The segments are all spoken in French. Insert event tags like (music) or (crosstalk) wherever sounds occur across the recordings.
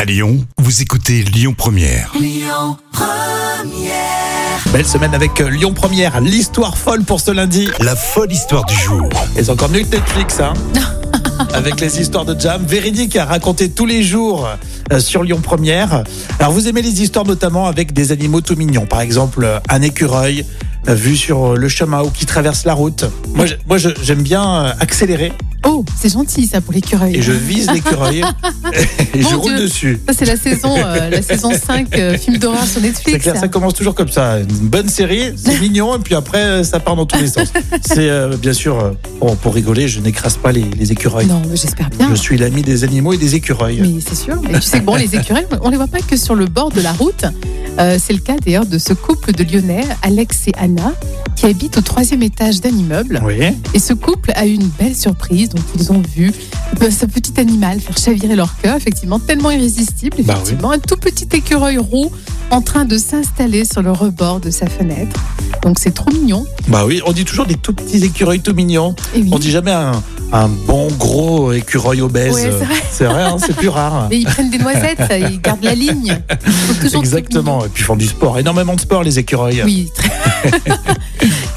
À Lyon, vous écoutez Lyon Première. Belle semaine avec euh, Lyon Première, l'histoire folle pour ce lundi. La folle histoire du jour. Et c'est encore mieux que Netflix, (laughs) hein Avec les histoires de Jam, véridique à raconter tous les jours euh, sur Lyon Première. Alors vous aimez les histoires notamment avec des animaux tout mignons, par exemple euh, un écureuil euh, vu sur euh, le chemin ou qui traverse la route. Moi, je- moi, je- j'aime bien euh, accélérer Oh, c'est gentil ça pour l'écureuil. et je vise (laughs) l'écureuil et je Mon roule Dieu. dessus. Ça, c'est la saison, euh, la saison (laughs) 5, euh, film d'horreur C'est sur Netflix. clair, ça. ça commence toujours comme ça. Une bonne série, (laughs) c'est mignon, et puis après, euh, ça part dans tous les sens. C'est euh, bien sûr, euh, bon, pour rigoler, je n'écrase pas les, les écureuils. Non, mais j'espère bien. Je suis l'ami des animaux et des écureuils. Mais c'est sûr. Mais tu sais que bon, les écureuils, on les voit pas que sur le bord de la route. Euh, c'est le cas d'ailleurs de ce couple de Lyonnais, Alex et Anna, qui habitent au troisième étage d'un immeuble. Oui. Et ce couple a eu une belle surprise. Donc, ils ont vu euh, ce petit animal faire chavirer leur cœur, effectivement, tellement irrésistible. Bah oui. Effectivement, un tout petit écureuil roux en train de s'installer sur le rebord de sa fenêtre. Donc, c'est trop mignon. Bah oui, on dit toujours des tout petits écureuils tout mignons. Et oui. On dit jamais un, un bon gros écureuil obèse. Ouais, c'est vrai. c'est vrai, hein, c'est plus rare. (laughs) Mais ils prennent des noisettes, ça, ils gardent la ligne. Ils sont toujours tout Exactement. Et puis ils font du sport, énormément de sport les écureuils. mignons. Oui. (laughs)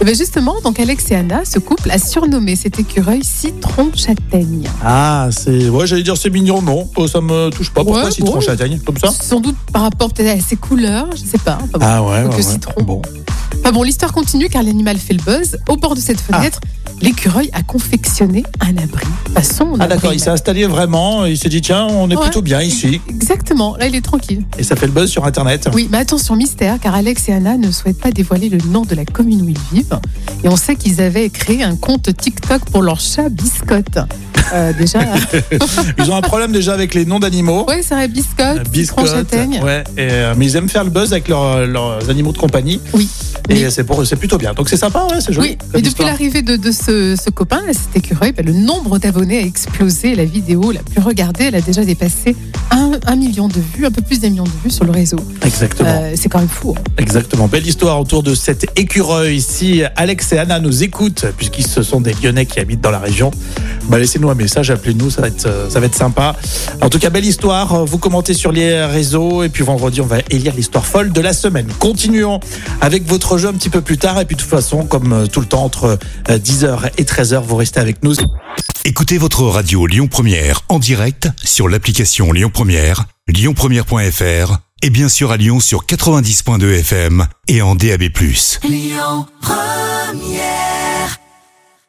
Et ben justement, donc Alex et Anna, ce couple a surnommé cet écureuil citron châtaigne. Ah, c'est. Ouais, j'allais dire c'est mignon, non Oh, Ça me touche pas. Pourquoi Ouais, citron bon. châtaigne Comme ça Sans doute par rapport peut-être à ses couleurs, je sais pas. Enfin bon. Ah ouais, Donc, ouais, le ouais. citron. Bon. Enfin bon, l'histoire continue car l'animal fait le buzz. Au bord de cette Ah. fenêtre, l'écureuil a confectionné un abri. Façon, Ah d'accord, il s'est installé vraiment, il s'est dit tiens, on est Ouais. plutôt bien ici. Exactement, là il est tranquille. Et ça fait le buzz sur Internet. Oui, mais attention mystère, car Alex et Anna ne souhaitent pas dévoiler le nom de la commune où ils vivent. Et on sait qu'ils avaient créé un compte TikTok pour leur chat Biscotte. Euh, déjà, (laughs) Ils ont un problème déjà avec les noms d'animaux. ouais, c'est vrai, Biscotte, Citron Biscotte, Châtaigne. ouais, et, euh, mais ils aiment faire le buzz avec leurs- leurs animaux de compagnie. Oui. Et Mais- c'est pour eux, c'est plutôt bien. Donc c'est sympa, ouais, c'est joli. Oui, comme mais depuis histoire. l'arrivée de, de ce, ce copain, là, cet écureuil, ben, le nombre d'abonnés a explosé. La vidéo la plus regardée, elle a déjà dépassé un, un million de vues, un peu plus d'un million de vues sur le réseau. Exactement. Euh, c'est quand même fou. hein. Exactement. Belle histoire autour de cet écureuil. Si Alex et Anna nous écoutent, puisqu'ils ce sont des Lyonnais qui habitent dans la région, bah laissez-nous un message, appelez-nous, ça va être, euh, ça va être sympa. En tout cas, belle histoire. Euh, Vous commentez sur les réseaux et puis vendredi, on va élire l'histoire folle de la semaine. Continuons avec votre jeu un petit peu plus tard et puis de toute façon, comme euh, tout le temps entre euh, 10h et 13h, vous restez avec nous. Écoutez votre radio Lyon Première en direct sur l'application Lyon Première, lyonpremière.fr et bien sûr à Lyon sur 90.2 FM et en DAB+.